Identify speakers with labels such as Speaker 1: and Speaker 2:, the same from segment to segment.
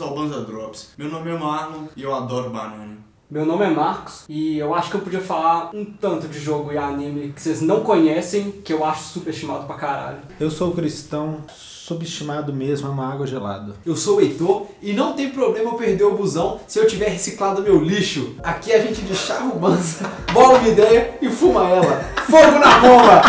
Speaker 1: Albanza Drops. Meu nome é Marlon e eu adoro banana.
Speaker 2: Meu nome é Marcos e eu acho que eu podia falar um tanto de jogo e anime que vocês não conhecem, que eu acho superestimado pra caralho.
Speaker 3: Eu sou o cristão, subestimado mesmo, é uma água gelada.
Speaker 4: Eu sou o Heitor e não tem problema eu perder o busão se eu tiver reciclado meu lixo. Aqui é a gente deixava o mansa, bola uma ideia e fuma ela. Fogo na bomba!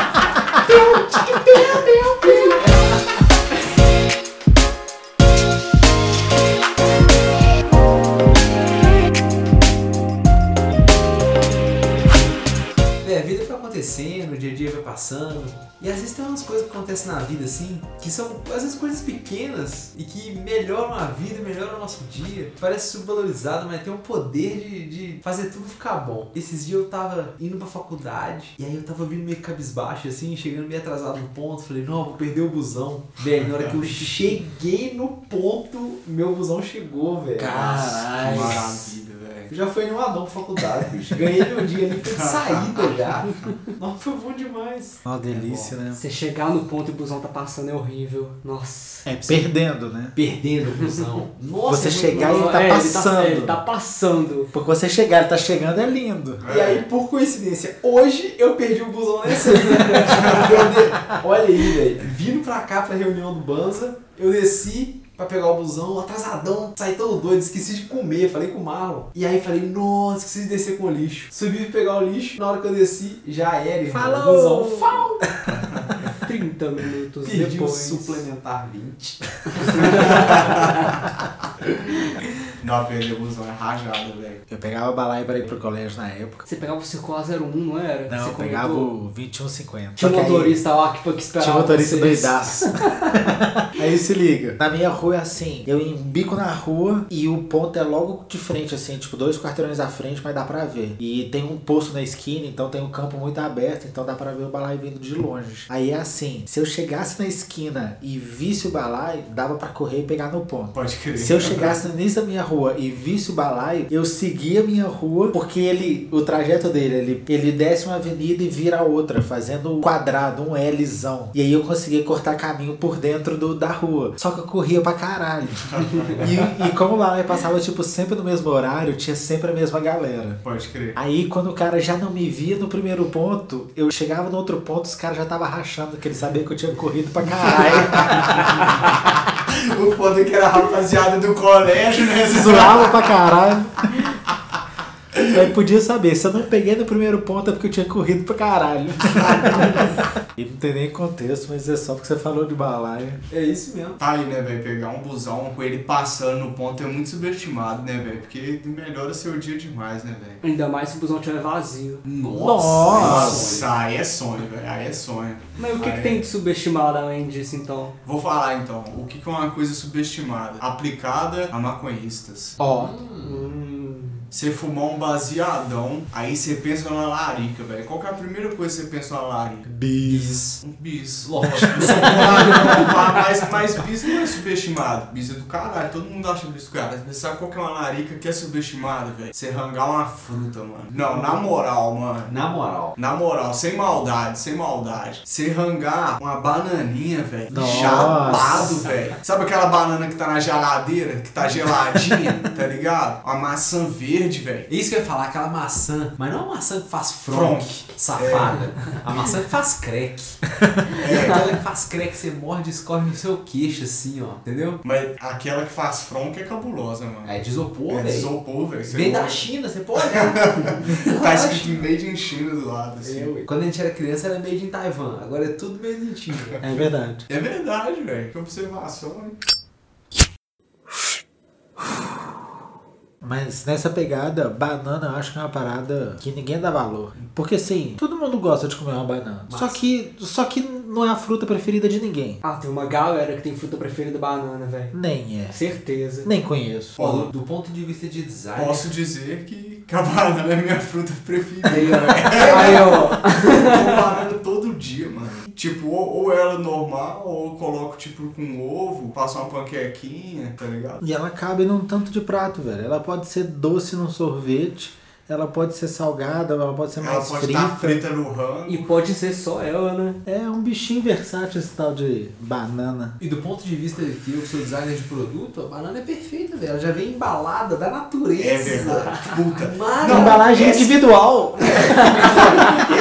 Speaker 4: É, a vida vai acontecendo, o dia a dia vai passando. E às vezes tem umas coisas que acontecem na vida assim, que são às vezes coisas pequenas e que melhoram a vida, melhoram o nosso dia. Parece subvalorizado, mas tem um poder de, de fazer tudo ficar bom. Esses dias eu tava indo pra faculdade e aí eu tava vindo meio cabisbaixo assim, chegando meio atrasado no ponto. Falei, não, vou perder o busão. Velho, na hora que eu cheguei no ponto, meu busão chegou, velho.
Speaker 1: Que maravilha, velho.
Speaker 4: Eu Já foi animadão pra faculdade, bicho. Ganhei meu dia ali foi de saída já. Nossa, foi bom demais.
Speaker 3: Uma delícia, né?
Speaker 2: Você chegar no ponto e o busão tá passando é horrível. Nossa.
Speaker 3: É perdendo, né?
Speaker 4: Perdendo o busão.
Speaker 3: Você
Speaker 4: Nossa, é muito
Speaker 3: chegar
Speaker 4: bom.
Speaker 3: e- ele tá
Speaker 2: É,
Speaker 3: passando.
Speaker 2: Ele tá, ele tá passando.
Speaker 3: Porque você chegar, ele tá chegando, é lindo.
Speaker 4: E aí, por coincidência, hoje eu perdi o busão nessa aí, né? Eu de- Olha aí, velho. Vindo pra cá pra reunião do Banza, eu desci pra pegar o busão, atrasadão, saí todo doido, esqueci de comer, falei com o Marlon. E aí falei, nossa, esqueci de descer com o lixo. Subi pra pegar o lixo, na hora que eu desci, já era, irmão.
Speaker 3: Falou!
Speaker 4: Busão, fal!
Speaker 2: 30 minutos
Speaker 4: Perdi o
Speaker 2: depois.
Speaker 4: suplementar 20.
Speaker 1: Não, perder o busão é rajada, velho.
Speaker 3: Eu pegava balaio pra ir pro colégio na época.
Speaker 2: Você pegava o Circo A01, não era?
Speaker 3: Não,
Speaker 2: Você
Speaker 3: eu pegava
Speaker 2: comentou?
Speaker 3: o 2150.
Speaker 2: Tinha um
Speaker 3: Só que aí-
Speaker 2: motorista lá que, que esperava
Speaker 3: Tinha um motorista
Speaker 2: vocês.
Speaker 3: doidaço. Aí se liga. Na minha rua é assim, eu embico na rua e o ponto é logo de frente, assim, tipo, dois quarteirões à frente, mas dá pra ver. E tem um poço na esquina, então tem um campo muito aberto, então dá pra ver o balai vindo de longe. Aí é assim, se eu chegasse na esquina e visse o balai, dava pra correr e pegar no ponto.
Speaker 1: Pode crer.
Speaker 3: Se eu chegasse no início da minha rua e visse o balaio, eu seguia a minha rua, porque ele, o trajeto dele, ele, ele desce uma avenida e vira a outra, fazendo um quadrado, um Lzão. E aí eu conseguia cortar caminho por dentro do, da rua. Só que eu corria pra caralho. e, e como o balaio passava, tipo, sempre no mesmo horário, tinha sempre a mesma galera.
Speaker 1: Pode crer.
Speaker 3: Aí quando o cara já não me via no primeiro ponto, eu chegava no outro ponto, os caras já estavam rachando, que eles sabiam que eu tinha corrido pra caralho.
Speaker 1: O foda é que era a rapaziada do colégio, né?
Speaker 3: Se zoava pra caralho. Aí podia saber, se eu não peguei no primeiro ponto é porque eu tinha corrido pra caralho. e não tem nem contexto, mas é só porque você falou de balaia.
Speaker 4: É isso mesmo.
Speaker 1: Tá aí, né, velho? Pegar um busão com ele passando no ponto é muito subestimado, né, velho? Porque melhora seu dia demais, né, velho?
Speaker 2: Ainda mais se o busão estiver vazio.
Speaker 3: Nossa.
Speaker 1: Nossa, aí é sonho, velho. Aí é sonho.
Speaker 2: Mas o que,
Speaker 1: Aí
Speaker 2: que
Speaker 1: é-
Speaker 2: tem de subestimado além disso, então?
Speaker 1: Vou falar então, o que que é uma coisa subestimada? Aplicada a maconhistas.
Speaker 3: Ó,
Speaker 2: Hum,
Speaker 1: Você fumar um baseadão, aí você pensa na larica, velho. Qual que é a primeira coisa que você pensa na larica?
Speaker 3: bis.
Speaker 1: Um bis, lógico. Eu sou claro, não, pá, mas, mas bis não é subestimado. Bis é do caralho, todo mundo acha bis do caralho. Mas sabe qual que é uma larica que é subestimada, velho? Você rangar uma fruta, mano. Não, na moral, mano.
Speaker 4: Na moral.
Speaker 1: Na moral, sem maldade, sem maldade. Você rangar uma bananinha, velho.
Speaker 3: Nossa.
Speaker 1: Gelado, velho. Sabe aquela banana que tá na geladeira, que tá geladinha, tá ligado? Uma maçã verde, velho.
Speaker 4: É Isso que eu ia falar, aquela maçã, mas não a maçã que faz fronk, safada.
Speaker 1: É.
Speaker 4: A maçã que faz crack. É aquela que faz crack, você morde e escorre no seu queixo, assim, ó. Entendeu?
Speaker 1: Mas aquela que faz fronca é cabulosa, mano.
Speaker 4: É de isopor,
Speaker 1: É de
Speaker 4: velho.
Speaker 1: isopor, velho. Você
Speaker 4: Vem da
Speaker 1: olha,
Speaker 4: China, você pode né? olhar.
Speaker 1: Tá escrito made in China do lado, assim.
Speaker 4: É, ué. Quando a gente era criança era made in Taiwan, agora é tudo made in China.
Speaker 3: É verdade.
Speaker 1: É verdade, velho. Que observação, hein?
Speaker 3: Mas nessa pegada, banana eu acho que é uma parada que ninguém dá valor. Porque assim, todo mundo gosta de comer uma banana. Só que, só que não é a fruta preferida de ninguém.
Speaker 2: Ah, tem uma galera que tem fruta preferida banana, velho.
Speaker 3: Nem é.
Speaker 2: Certeza.
Speaker 3: Nem conheço.
Speaker 4: Ó, do, do ponto de vista de design,
Speaker 1: Posso dizer que que a banana é minha fruta preferida, velho.
Speaker 2: Aí, ó.
Speaker 1: Eu tô banana todo dia, mano. Tipo, ou, ou ela normal, ou eu coloco, tipo, com ovo, passo uma panquequinha, tá ligado?
Speaker 3: E ela cabe num tanto de prato, velho. Ela pode ser doce num sorvete, ela pode ser salgada, ela pode ser
Speaker 1: Ela
Speaker 3: mais
Speaker 1: pode
Speaker 3: frita.
Speaker 1: estar frita no rango.
Speaker 2: E pode ser só ela, né?
Speaker 3: É um bichinho versátil esse tal de banana.
Speaker 4: E do ponto de vista de que eu que sou designer de produto, a banana é perfeita, velho. Ela já vem embalada da natureza.
Speaker 1: É verdade. Puta.
Speaker 4: Mara-
Speaker 1: Não,
Speaker 3: Embalagem
Speaker 1: esse-
Speaker 3: individual.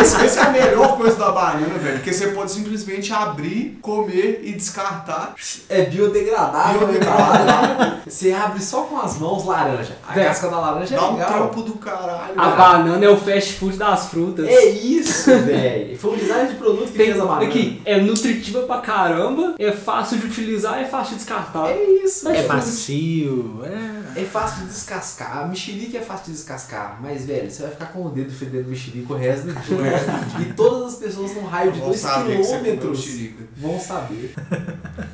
Speaker 1: Esse, esse é a melhor coisa da banana, velho. Porque você pode simplesmente abrir, comer e descartar.
Speaker 4: É biodegradável,
Speaker 1: Biodegradável.
Speaker 4: embalada. Você abre só com as mãos laranja. A
Speaker 2: Velho,
Speaker 4: casca da laranja é
Speaker 1: Dá um
Speaker 4: legal.
Speaker 1: trampo do caralho.
Speaker 2: A
Speaker 1: velho.
Speaker 2: banana é o fast food das frutas.
Speaker 4: É isso, velho. Foi um design de produto que
Speaker 2: Tem-
Speaker 4: fez a banana.
Speaker 2: aqui, é nutritiva pra caramba, é fácil de utilizar, é fácil de descartar.
Speaker 4: É isso.
Speaker 2: Mas
Speaker 3: É
Speaker 2: food.
Speaker 3: macio. É.
Speaker 4: É fácil de descascar. A mexerica é fácil de descascar. Mas, velho, você vai ficar com o dedo fedendo mexerica o resto do dia. E todas as pessoas num raio de
Speaker 1: Vão
Speaker 4: 2
Speaker 1: saber que você comeu
Speaker 4: quilômetros
Speaker 1: mexerica.
Speaker 4: vão saber.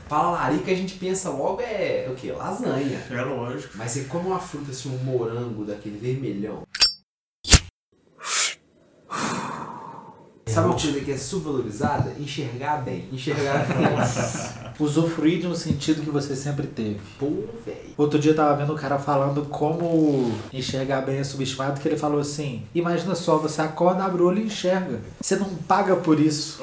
Speaker 4: Fala larica, a gente pensa logo é o quê? Lasanha.
Speaker 1: É lógico.
Speaker 4: Mas você come uma fruta assim, um morango daquele vermelhão. Sabe uma coisa que é subvalorizada? Enxergar bem. Enxergar bem.
Speaker 3: Usufruir de um sentido que você sempre teve.
Speaker 4: Pô, velho.
Speaker 3: Outro dia eu tava vendo um cara falando como enxergar bem é subestimado, que ele falou assim, imagina só, você acorda, abre o olho e enxerga. Você não paga por isso.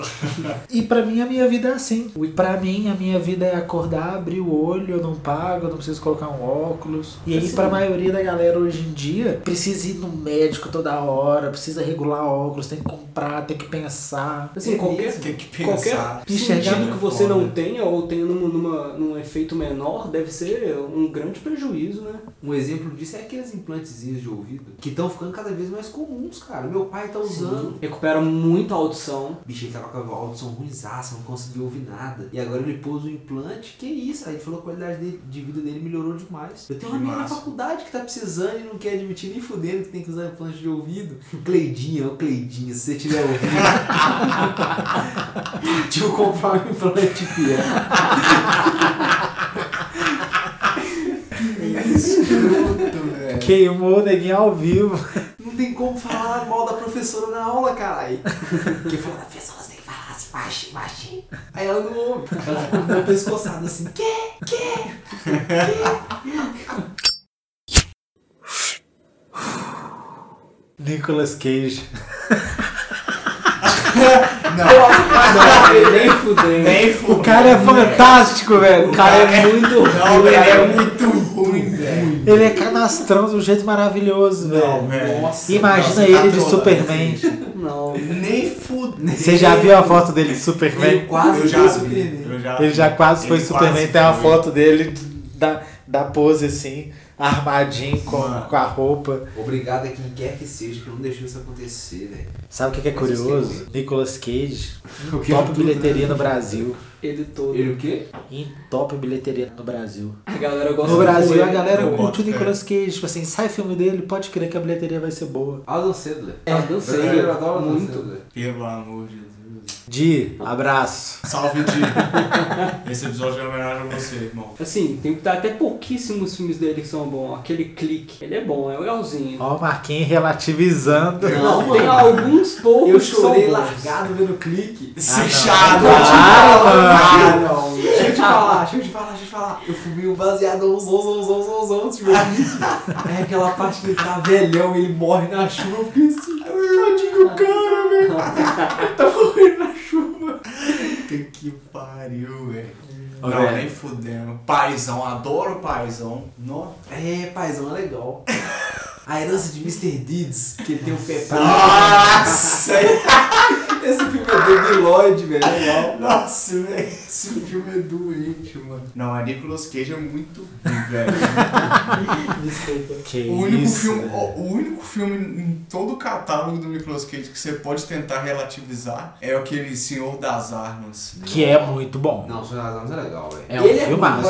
Speaker 3: e pra mim a minha vida é assim. E pra mim a minha vida é acordar, abrir o olho, eu não pago, eu não preciso colocar um óculos. E aí pra maioria da galera hoje em dia, precisa ir no médico toda hora, precisa regular óculos, tem que comprar, tem que pensar.
Speaker 2: Assim,
Speaker 4: É
Speaker 2: qualquer,
Speaker 1: Tem que pensar.
Speaker 2: qualquer
Speaker 3: Enxergar
Speaker 2: sentido
Speaker 1: é
Speaker 2: que você
Speaker 1: foda.
Speaker 2: não tenha ou tenha numa, numa- num efeito menor deve ser um grande prejuízo, né?
Speaker 4: Um exemplo disso é aqueles implantezinhos de ouvido que estão ficando cada vez mais comuns, cara. Meu pai tá usando.
Speaker 2: Recupera muito a audição.
Speaker 4: Bicho, ele tava com a audição ruimzaça, não conseguia ouvir nada. E agora ele pôs o implante, que é isso? Aí ele falou que a qualidade dele- de vida dele melhorou demais. Eu tenho uma
Speaker 1: Que
Speaker 4: amiga na
Speaker 1: massa.
Speaker 4: faculdade que tá precisando e não quer admitir nem fudendo que tem que usar implante de ouvido. Cleidinha, ô Cleidinha, se você tiver ouvindo. Deixa eu comprar um implante piano.
Speaker 1: Escroto,
Speaker 3: É.
Speaker 1: velho.
Speaker 3: Queimou o neguinho ao vivo.
Speaker 4: Não tem como falar mal da professora na aula, caralho. Porque falou, professora, você tem que falar assim, baixinho, baixinho. Aí ela não ouve. Ela ficou com o pescoçado assim, quê?
Speaker 3: Nicolas Cage.
Speaker 2: Não, eu nem fudendo.
Speaker 1: Nem
Speaker 3: O cara é fantástico, velho.
Speaker 2: O cara é muito
Speaker 1: Não,
Speaker 2: ruim.
Speaker 1: velho,
Speaker 2: cara.
Speaker 1: é muito ruim, velho.
Speaker 3: Ele é canastrão de um jeito maravilhoso,
Speaker 1: Não,
Speaker 3: velho.
Speaker 1: velho.
Speaker 4: Nossa.
Speaker 3: Imagina
Speaker 1: Nossa, tá
Speaker 3: ele de
Speaker 1: trolando,
Speaker 3: Superman.
Speaker 2: Não.
Speaker 1: Nem fudeu.
Speaker 3: Você já viu a foto dele de Superman?
Speaker 4: Ele quase
Speaker 1: eu
Speaker 4: foi
Speaker 1: já vi,
Speaker 4: Superman.
Speaker 1: eu já
Speaker 3: Ele já
Speaker 1: vi.
Speaker 3: quase foi
Speaker 1: tá- Ele
Speaker 3: Superman.
Speaker 1: quase
Speaker 3: Tem uma
Speaker 1: foi.
Speaker 3: foto dele da, da pose assim, armadinho com,
Speaker 1: Mano.
Speaker 3: com a roupa.
Speaker 4: Obrigado a quem quer que seja, que não deixou isso acontecer, velho.
Speaker 3: Sabe o que que é
Speaker 4: Mas
Speaker 3: curioso?
Speaker 4: isso
Speaker 3: Nicolas Cage,
Speaker 4: Eu
Speaker 3: em top bilheteria no Brasil.
Speaker 2: Ele todo.
Speaker 4: Ele o quê?
Speaker 3: Em top bilheteria no Brasil.
Speaker 2: A galera gosta
Speaker 3: No
Speaker 2: do
Speaker 3: Brasil,
Speaker 2: Coelho.
Speaker 3: a galera
Speaker 1: eu
Speaker 3: curte
Speaker 1: boto,
Speaker 3: o
Speaker 1: é.
Speaker 3: Nicolas Cage. Tipo assim, sai filme dele, pode crer que a bilheteria vai ser boa.
Speaker 4: Adam Sandler.
Speaker 2: É, eu sei,
Speaker 4: Brasileiro
Speaker 2: eu
Speaker 4: adora Adam
Speaker 2: muito.
Speaker 4: Sandler.
Speaker 1: Pelo amor de Deus.
Speaker 3: Di, abraço.
Speaker 1: Salve, Di. Esse episódio é uma homenagem a você, irmão.
Speaker 2: Assim, tem até pouquíssimos filmes dele que são bons. Aquele clique, ele é bom, é legalzinho.
Speaker 3: Ó, o Marquinhos relativizando.
Speaker 4: Não,
Speaker 2: tem
Speaker 4: mano.
Speaker 2: alguns poucos
Speaker 4: Eu
Speaker 2: que são
Speaker 4: chorei
Speaker 2: bons. Ah,
Speaker 4: largado vendo o clique.
Speaker 1: Seixado.
Speaker 3: Ah,
Speaker 1: mano.
Speaker 4: não. Deixa eu te falar, deixa eu te falar, deixa eu te falar. Eu fumei um baseado uns uns uns uns uns tipo, É aquela parte que ele tá velhão, ele morre na chuva, eu fiquei assim, tadinho do cara, velho. Tá morrendo na chuva.
Speaker 1: Puta que pariu, velho.
Speaker 3: Ô,
Speaker 1: Não,
Speaker 3: velho.
Speaker 1: nem fudendo. Paizão, adoro paizão. Nossa.
Speaker 4: É, paizão, é legal. A herança de Mr. Deeds, que ele tem um pé preto.
Speaker 1: Nossa, é
Speaker 4: Esse filme é debilóide, velho, é legal.
Speaker 1: Nossa, velho, esse filme é doente, mano. Não, a Nicolas Cage é muito ruim, velho.
Speaker 2: Desculpa.
Speaker 3: Que
Speaker 1: O único,
Speaker 3: isso,
Speaker 1: filme,
Speaker 3: velho.
Speaker 1: o único filme em todo o catálogo do Nicolas Cage que você pode tentar relativizar é aquele Senhor das Armas.
Speaker 3: Que é muito bom.
Speaker 4: Não, o Senhor das Armas é legal, velho.
Speaker 3: É um
Speaker 4: Ele
Speaker 3: filmaço,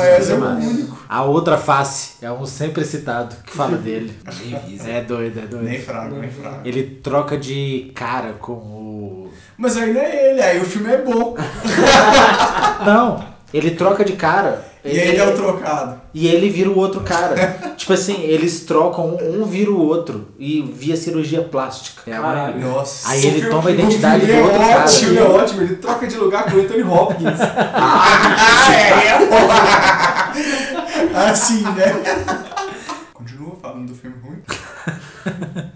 Speaker 1: é,
Speaker 3: um
Speaker 1: esse é o
Speaker 3: filmaço.
Speaker 1: único.
Speaker 3: A outra face é um sempre citado que fala dele.
Speaker 4: Nem vi, Zé.
Speaker 3: É doido, é doido.
Speaker 1: Nem fraco, nem fraco.
Speaker 3: Ele troca de cara com o.
Speaker 1: Mas aí não é ele, aí o filme é bom.
Speaker 3: Não! Ele troca de cara.
Speaker 1: E ele é o trocado.
Speaker 3: e ele vira o outro cara. tipo assim, eles trocam, um um vira o outro. E via cirurgia plástica. É,
Speaker 2: Caralho.
Speaker 3: mano.
Speaker 1: Nossa.
Speaker 3: Aí ele
Speaker 1: O filme-
Speaker 3: toma a
Speaker 1: o
Speaker 3: identidade
Speaker 1: filme
Speaker 3: do outro
Speaker 1: é
Speaker 3: cara. né?
Speaker 4: Esse filme é
Speaker 1: Ótimo.
Speaker 4: ótimo, ele troca de lugar com o Anthony Hopkins.
Speaker 1: Ah, é, é. Assim, né? Continua falando do filme ruim.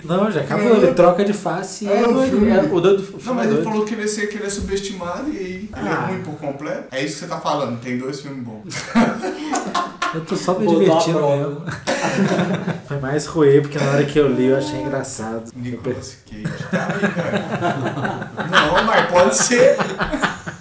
Speaker 3: Não, já acabou. Ele troca de face e
Speaker 1: É,
Speaker 3: é
Speaker 1: o
Speaker 3: doido.
Speaker 1: filme.
Speaker 3: É, o doido fica
Speaker 1: Não, mas ele
Speaker 3: doido.
Speaker 1: falou que ele, é, que ele é subestimado e aí ele é
Speaker 3: Ah.
Speaker 1: ruim por completo. É isso que você tá falando, tem dois filmes bons.
Speaker 3: Eu tô só me
Speaker 2: Botou a
Speaker 3: divertindo
Speaker 2: prova.
Speaker 3: mesmo. Foi mais roer, porque na hora que eu li eu achei engraçado.
Speaker 1: Nicolas Cage, tá aí, cara. Não, mas pode ser.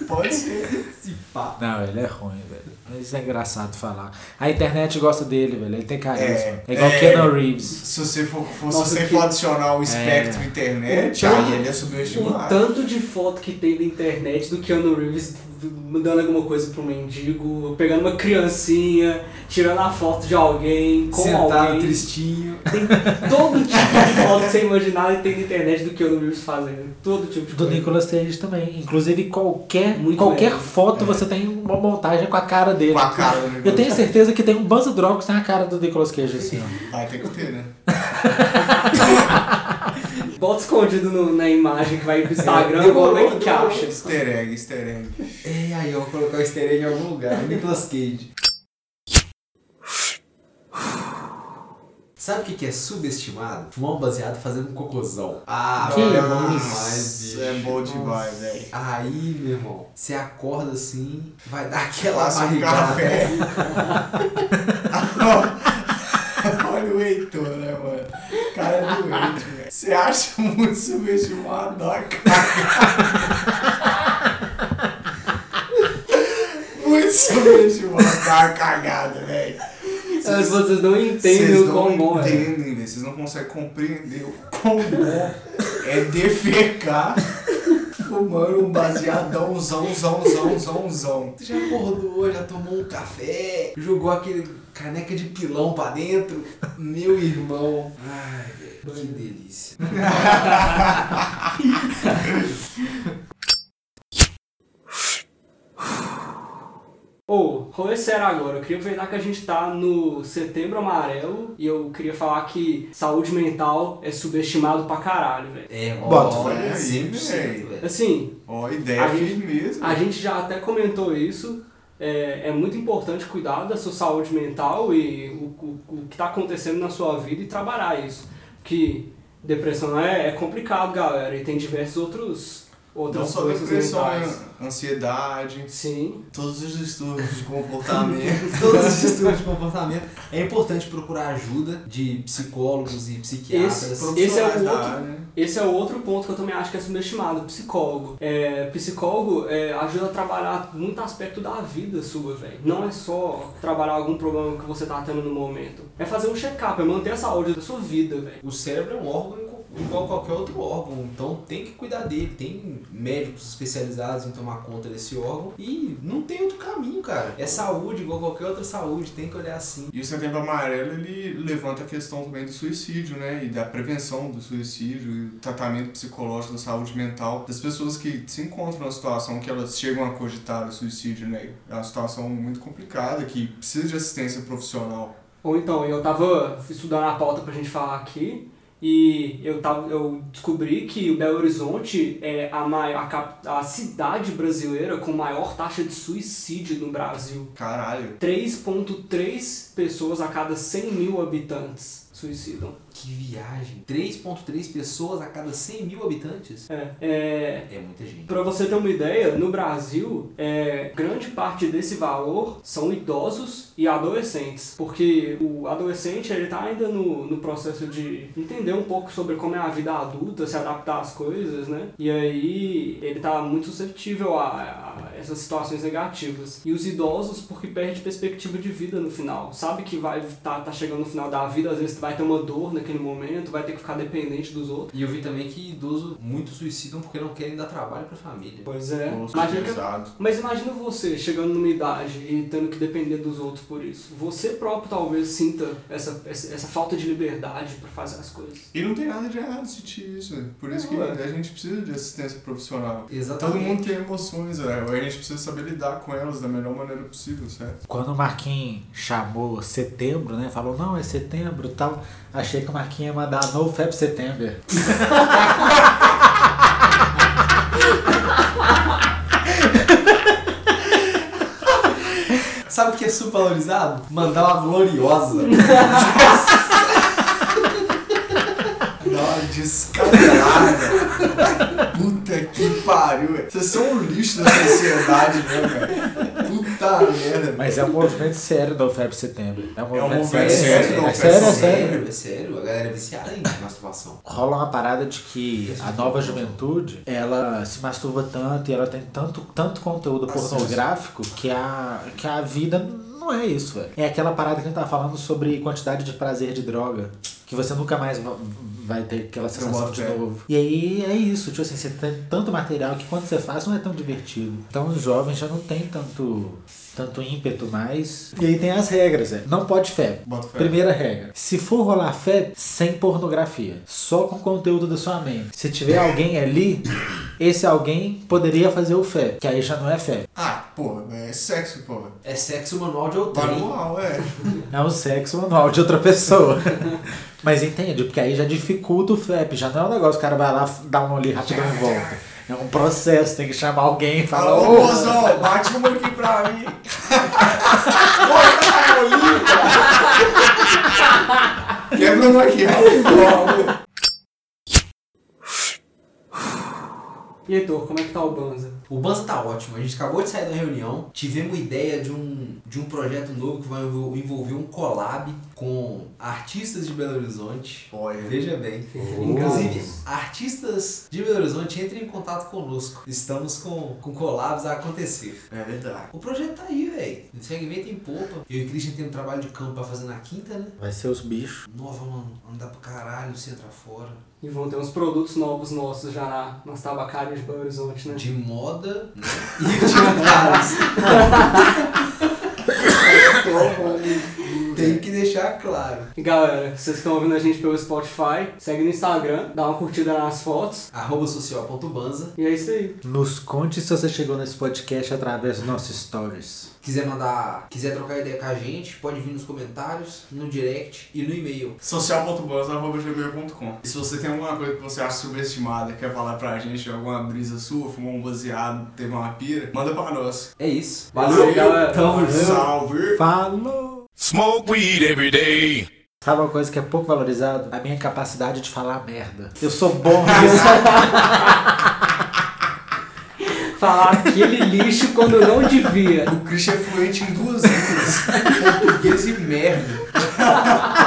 Speaker 1: Pode ser.
Speaker 4: Se pá.
Speaker 3: Não, ele é ruim, velho. Mas é engraçado falar. A internet gosta dele, velho. Ele tem carisma.
Speaker 1: É.
Speaker 3: É, igual
Speaker 1: É.
Speaker 3: Keanu Reeves.
Speaker 1: Se você for, for-
Speaker 2: Nossa,
Speaker 1: se você
Speaker 2: que-
Speaker 1: for adicionar o
Speaker 3: É.
Speaker 1: espectro internet,
Speaker 2: O tanto-
Speaker 1: aí ele é
Speaker 2: O
Speaker 1: subestimado.
Speaker 2: tanto de foto que tem na internet do Keanu Reeves mandando alguma coisa pro mendigo, pegando uma criancinha, tirando a foto de alguém, com
Speaker 4: Sentado
Speaker 2: alguém.
Speaker 4: tristinho.
Speaker 2: Tem todo tipo de foto que você imaginar e tem na internet do Keanu Reeves fazendo. Todo tipo de
Speaker 3: Do
Speaker 2: coisa.
Speaker 3: Nicolas Cage também. Inclusive, qualquer,
Speaker 2: Muito
Speaker 3: qualquer
Speaker 2: bem.
Speaker 3: foto você tem uma montagem com a cara dele.
Speaker 1: Com a cara do
Speaker 3: Eu
Speaker 1: Nicolas
Speaker 3: tenho certeza que tem um Banzo Drops na cara do Nicolas Cage, assim, ó.
Speaker 1: Cage. Vai ter que ter, né?
Speaker 2: Bota escondido no- na imagem que vai pro Instagram,
Speaker 4: demorou,
Speaker 2: agora como é que
Speaker 4: demorou.
Speaker 2: acha?
Speaker 1: Easter egg, easter egg.
Speaker 4: É, aí eu vou colocar o easter egg em algum lugar. Nicolas Cage. Sabe o que que é subestimado? Fumar um baseado fazendo um cocôzão. Ah,
Speaker 3: Que
Speaker 4: mano, é
Speaker 3: isso?
Speaker 4: bom demais, bicho.
Speaker 1: É bom demais, velho.
Speaker 4: Aí, meu irmão, você acorda assim, vai dar aquela
Speaker 1: Passa um
Speaker 4: barrigada.
Speaker 1: café. Olha o Heitor, né, mano? O cara é doente, velho. Você acha um muito subestimado, dá uma cagada. Muito subestimado, dá uma cagada, né? velho.
Speaker 2: Mas vocês não entendem
Speaker 1: Vocês
Speaker 2: o quão
Speaker 1: não
Speaker 2: bom é.
Speaker 1: entendem, velho. Vocês não conseguem compreender o quão bom é defecar fumando um baseadão, zão, zão, zão, zão, zão.
Speaker 4: Tu já acordou, já tomou um café, jogou aquele caneca de pilão pra dentro. Meu irmão. Ai, velho, que delícia.
Speaker 2: Ou, rolê sério agora, eu queria aproveitar que a gente tá no setembro amarelo e eu queria falar que saúde mental é subestimado pra caralho, velho.
Speaker 4: É,
Speaker 3: Bota
Speaker 4: ó,
Speaker 1: fé aí,
Speaker 4: 100%, velho.
Speaker 2: Assim,
Speaker 1: Ó, ideia
Speaker 2: A gente-
Speaker 1: firme mesmo.
Speaker 2: A gente já até comentou isso. É, é muito importante cuidar da sua saúde mental e o, o- o que está acontecendo na sua vida e trabalhar isso. Que depressão é, é complicado, galera, e tem diversos outros
Speaker 1: Não
Speaker 2: outras
Speaker 1: só
Speaker 2: coisas
Speaker 1: depressão,
Speaker 2: mentais.
Speaker 1: né? ansiedade,
Speaker 2: Sim.
Speaker 1: todos os distúrbios de comportamento.
Speaker 4: Todos os distúrbios de comportamento. É importante procurar ajuda de psicólogos e psiquiatras.
Speaker 2: Esse-
Speaker 1: profissionais
Speaker 2: é o
Speaker 4: um
Speaker 1: da
Speaker 2: outro-
Speaker 1: área, né?
Speaker 2: Esse é o outro ponto que eu também acho que é subestimado, psicólogo. É, psicólogo é, ajuda a trabalhar muito aspecto da vida sua, velho. Não é só trabalhar algum problema que você tá tendo no momento. É fazer um check-up, é manter a saúde da sua vida, velho.
Speaker 4: O cérebro é um órgão igual a qualquer outro órgão, então tem que cuidar dele. Tem médicos especializados em tomar conta desse órgão e não tem outro caminho, cara. É saúde igual a qualquer outra saúde, tem que olhar assim.
Speaker 1: E o Setembro Amarelo, ele levanta a questão também do suicídio, né? E da prevenção do suicídio, e o tratamento psicológico da saúde mental. Das pessoas que se encontram na situação que elas chegam a cogitar o suicídio, né? É uma situação muito complicada, que precisa de assistência profissional.
Speaker 2: Ou então, eu tava estudando a pauta pra gente falar aqui e eu, tava, eu descobri que o Belo Horizonte é a, maior, a, cap- a cidade brasileira com maior taxa de suicídio no Brasil.
Speaker 1: Caralho.
Speaker 2: 3,3 pessoas a cada 100 mil habitantes suicidam.
Speaker 4: Que viagem! 3,3 pessoas a cada 100 mil habitantes?
Speaker 2: É, é,
Speaker 4: É muita gente.
Speaker 2: Pra você ter uma ideia, no Brasil, é, grande parte desse valor são idosos e adolescentes, porque o adolescente ele tá ainda no, no processo de entender um pouco sobre como é a vida adulta, se adaptar às coisas, né? E aí ele tá muito susceptível a, a essas situações negativas. E os idosos, porque perde perspectiva de vida no final, sabe que vai tá, tá chegando no final da vida, às vezes vai ter uma dor naquele momento, vai ter que ficar dependente dos outros.
Speaker 4: E eu vi também que idoso muito suicidam porque não querem dar trabalho pra família.
Speaker 2: Pois é,
Speaker 1: Os
Speaker 2: imagina que
Speaker 1: utilizados.
Speaker 2: Mas imagina você chegando numa idade e tendo que depender dos outros por isso. Você próprio talvez sinta essa, essa, essa falta de liberdade pra fazer as coisas.
Speaker 1: E não tem nada de errado sentir isso. né? Por isso
Speaker 2: Não, é.
Speaker 1: que a gente precisa de assistência profissional.
Speaker 4: Exatamente.
Speaker 1: Todo mundo tem emoções, velho. A gente precisa saber lidar com elas da melhor maneira possível, certo?
Speaker 3: Quando o Marquinhos chamou setembro, né? Falou, não, é setembro e tal. Achei que o Marquinhos ia mandar No Feb September.
Speaker 4: Sabe o que é subvalorizado? Mandar uma gloriosa. Dá uma
Speaker 1: escancarada. Puta que pariu, velho. Vocês são um lixo da sociedade, né, velho? Puta merda.
Speaker 3: Mas é um movimento sério da UFEP Setembro. É um movimento,
Speaker 1: movimento sério da
Speaker 3: É
Speaker 1: UFEP
Speaker 3: sério,
Speaker 1: Setembro.
Speaker 3: é sério.
Speaker 4: É sério, a galera é viciada em masturbação.
Speaker 3: Rola uma parada de que a nova juventude, ela se masturba tanto e ela tem tanto, tanto conteúdo
Speaker 1: Acesso.
Speaker 3: pornográfico que a, que a vida não é isso, velho. É aquela parada que a gente tá falando sobre quantidade de prazer de droga. Que você nunca mais va- vai ter aquela sensação
Speaker 1: boto
Speaker 3: de
Speaker 1: fé.
Speaker 3: novo. E aí é isso, tipo assim, você tem tanto material que quando você faz não é tão divertido. Então os jovens já não tem tanto, tanto ímpeto mais. E aí tem as regras, é. Não pode febre.
Speaker 1: Bota fé.
Speaker 3: Primeira regra. Se for rolar fé, sem pornografia. Só com conteúdo da sua mente. Se tiver alguém ali, esse alguém poderia fazer o fé. Que aí já não é fé.
Speaker 1: Ah, porra, é sexo, porra.
Speaker 4: É sexo manual de
Speaker 1: Tá
Speaker 4: outrem.
Speaker 1: manual, é.
Speaker 3: É o sexo manual de outra pessoa. Mas entende, porque aí já dificulta o flap. Já não é um negócio que o cara vai lá dar um ali rapidão e volta. É um processo, tem que chamar alguém e falar.
Speaker 1: Fala, ô,
Speaker 3: "Ô,
Speaker 1: mozão, bate uma aqui pra mim. Ô, Carolinho, cara. Quebra uma aqui, ó.
Speaker 2: E Heitor, como é que tá o Banza?
Speaker 4: O Banza tá ótimo, a gente acabou de sair da reunião, tivemos uma ideia de um, de um projeto novo que vai envol- envolver um collab com artistas de Belo Horizonte.
Speaker 1: Olha,
Speaker 4: Veja bem.
Speaker 3: Oh.
Speaker 4: Inclusive,
Speaker 2: Inclusive,
Speaker 4: artistas de Belo Horizonte entrem em contato conosco. Estamos com, com collabs a acontecer.
Speaker 1: é verdade.
Speaker 4: O projeto tá aí, velho. Segmento em polpa. Eu e o Christian tem um trabalho de campo pra fazer na quinta, né?
Speaker 3: Vai ser os bichos.
Speaker 4: Nova, mano. Andar pra caralho, centro afora.
Speaker 2: e vão ter uns produtos novos nossos já na, nas tabacarias de Belo Horizonte, né?
Speaker 4: De moda, né? E de amparos. Tem que deixar claro.
Speaker 2: E galera, vocês que estão ouvindo a gente pelo Spotify, segue no Instagram, dá uma curtida nas fotos.
Speaker 4: Arroba social.banza.
Speaker 2: E é isso aí.
Speaker 3: Nos conte se você chegou nesse podcast através dos nossos stories.
Speaker 4: Quiser mandar, quiser trocar ideia com a gente, pode vir nos comentários, no direct e no e-mail.
Speaker 1: social.buzz.gmail.com E se você tem alguma coisa que você acha subestimada, quer falar pra gente, alguma brisa sua, fumou um baseado, teve uma pira, manda pra nós.
Speaker 4: É isso.
Speaker 2: Valeu, galera.
Speaker 4: Tamo junto.
Speaker 1: Salve!
Speaker 3: Falou!
Speaker 5: Smoke weed every day.
Speaker 3: Sabe uma coisa que é pouco valorizado? A minha capacidade de falar merda. Eu sou bom nisso.
Speaker 2: Falar aquele lixo quando não devia.
Speaker 1: O Christian é fluente em duas línguas. Português e merda.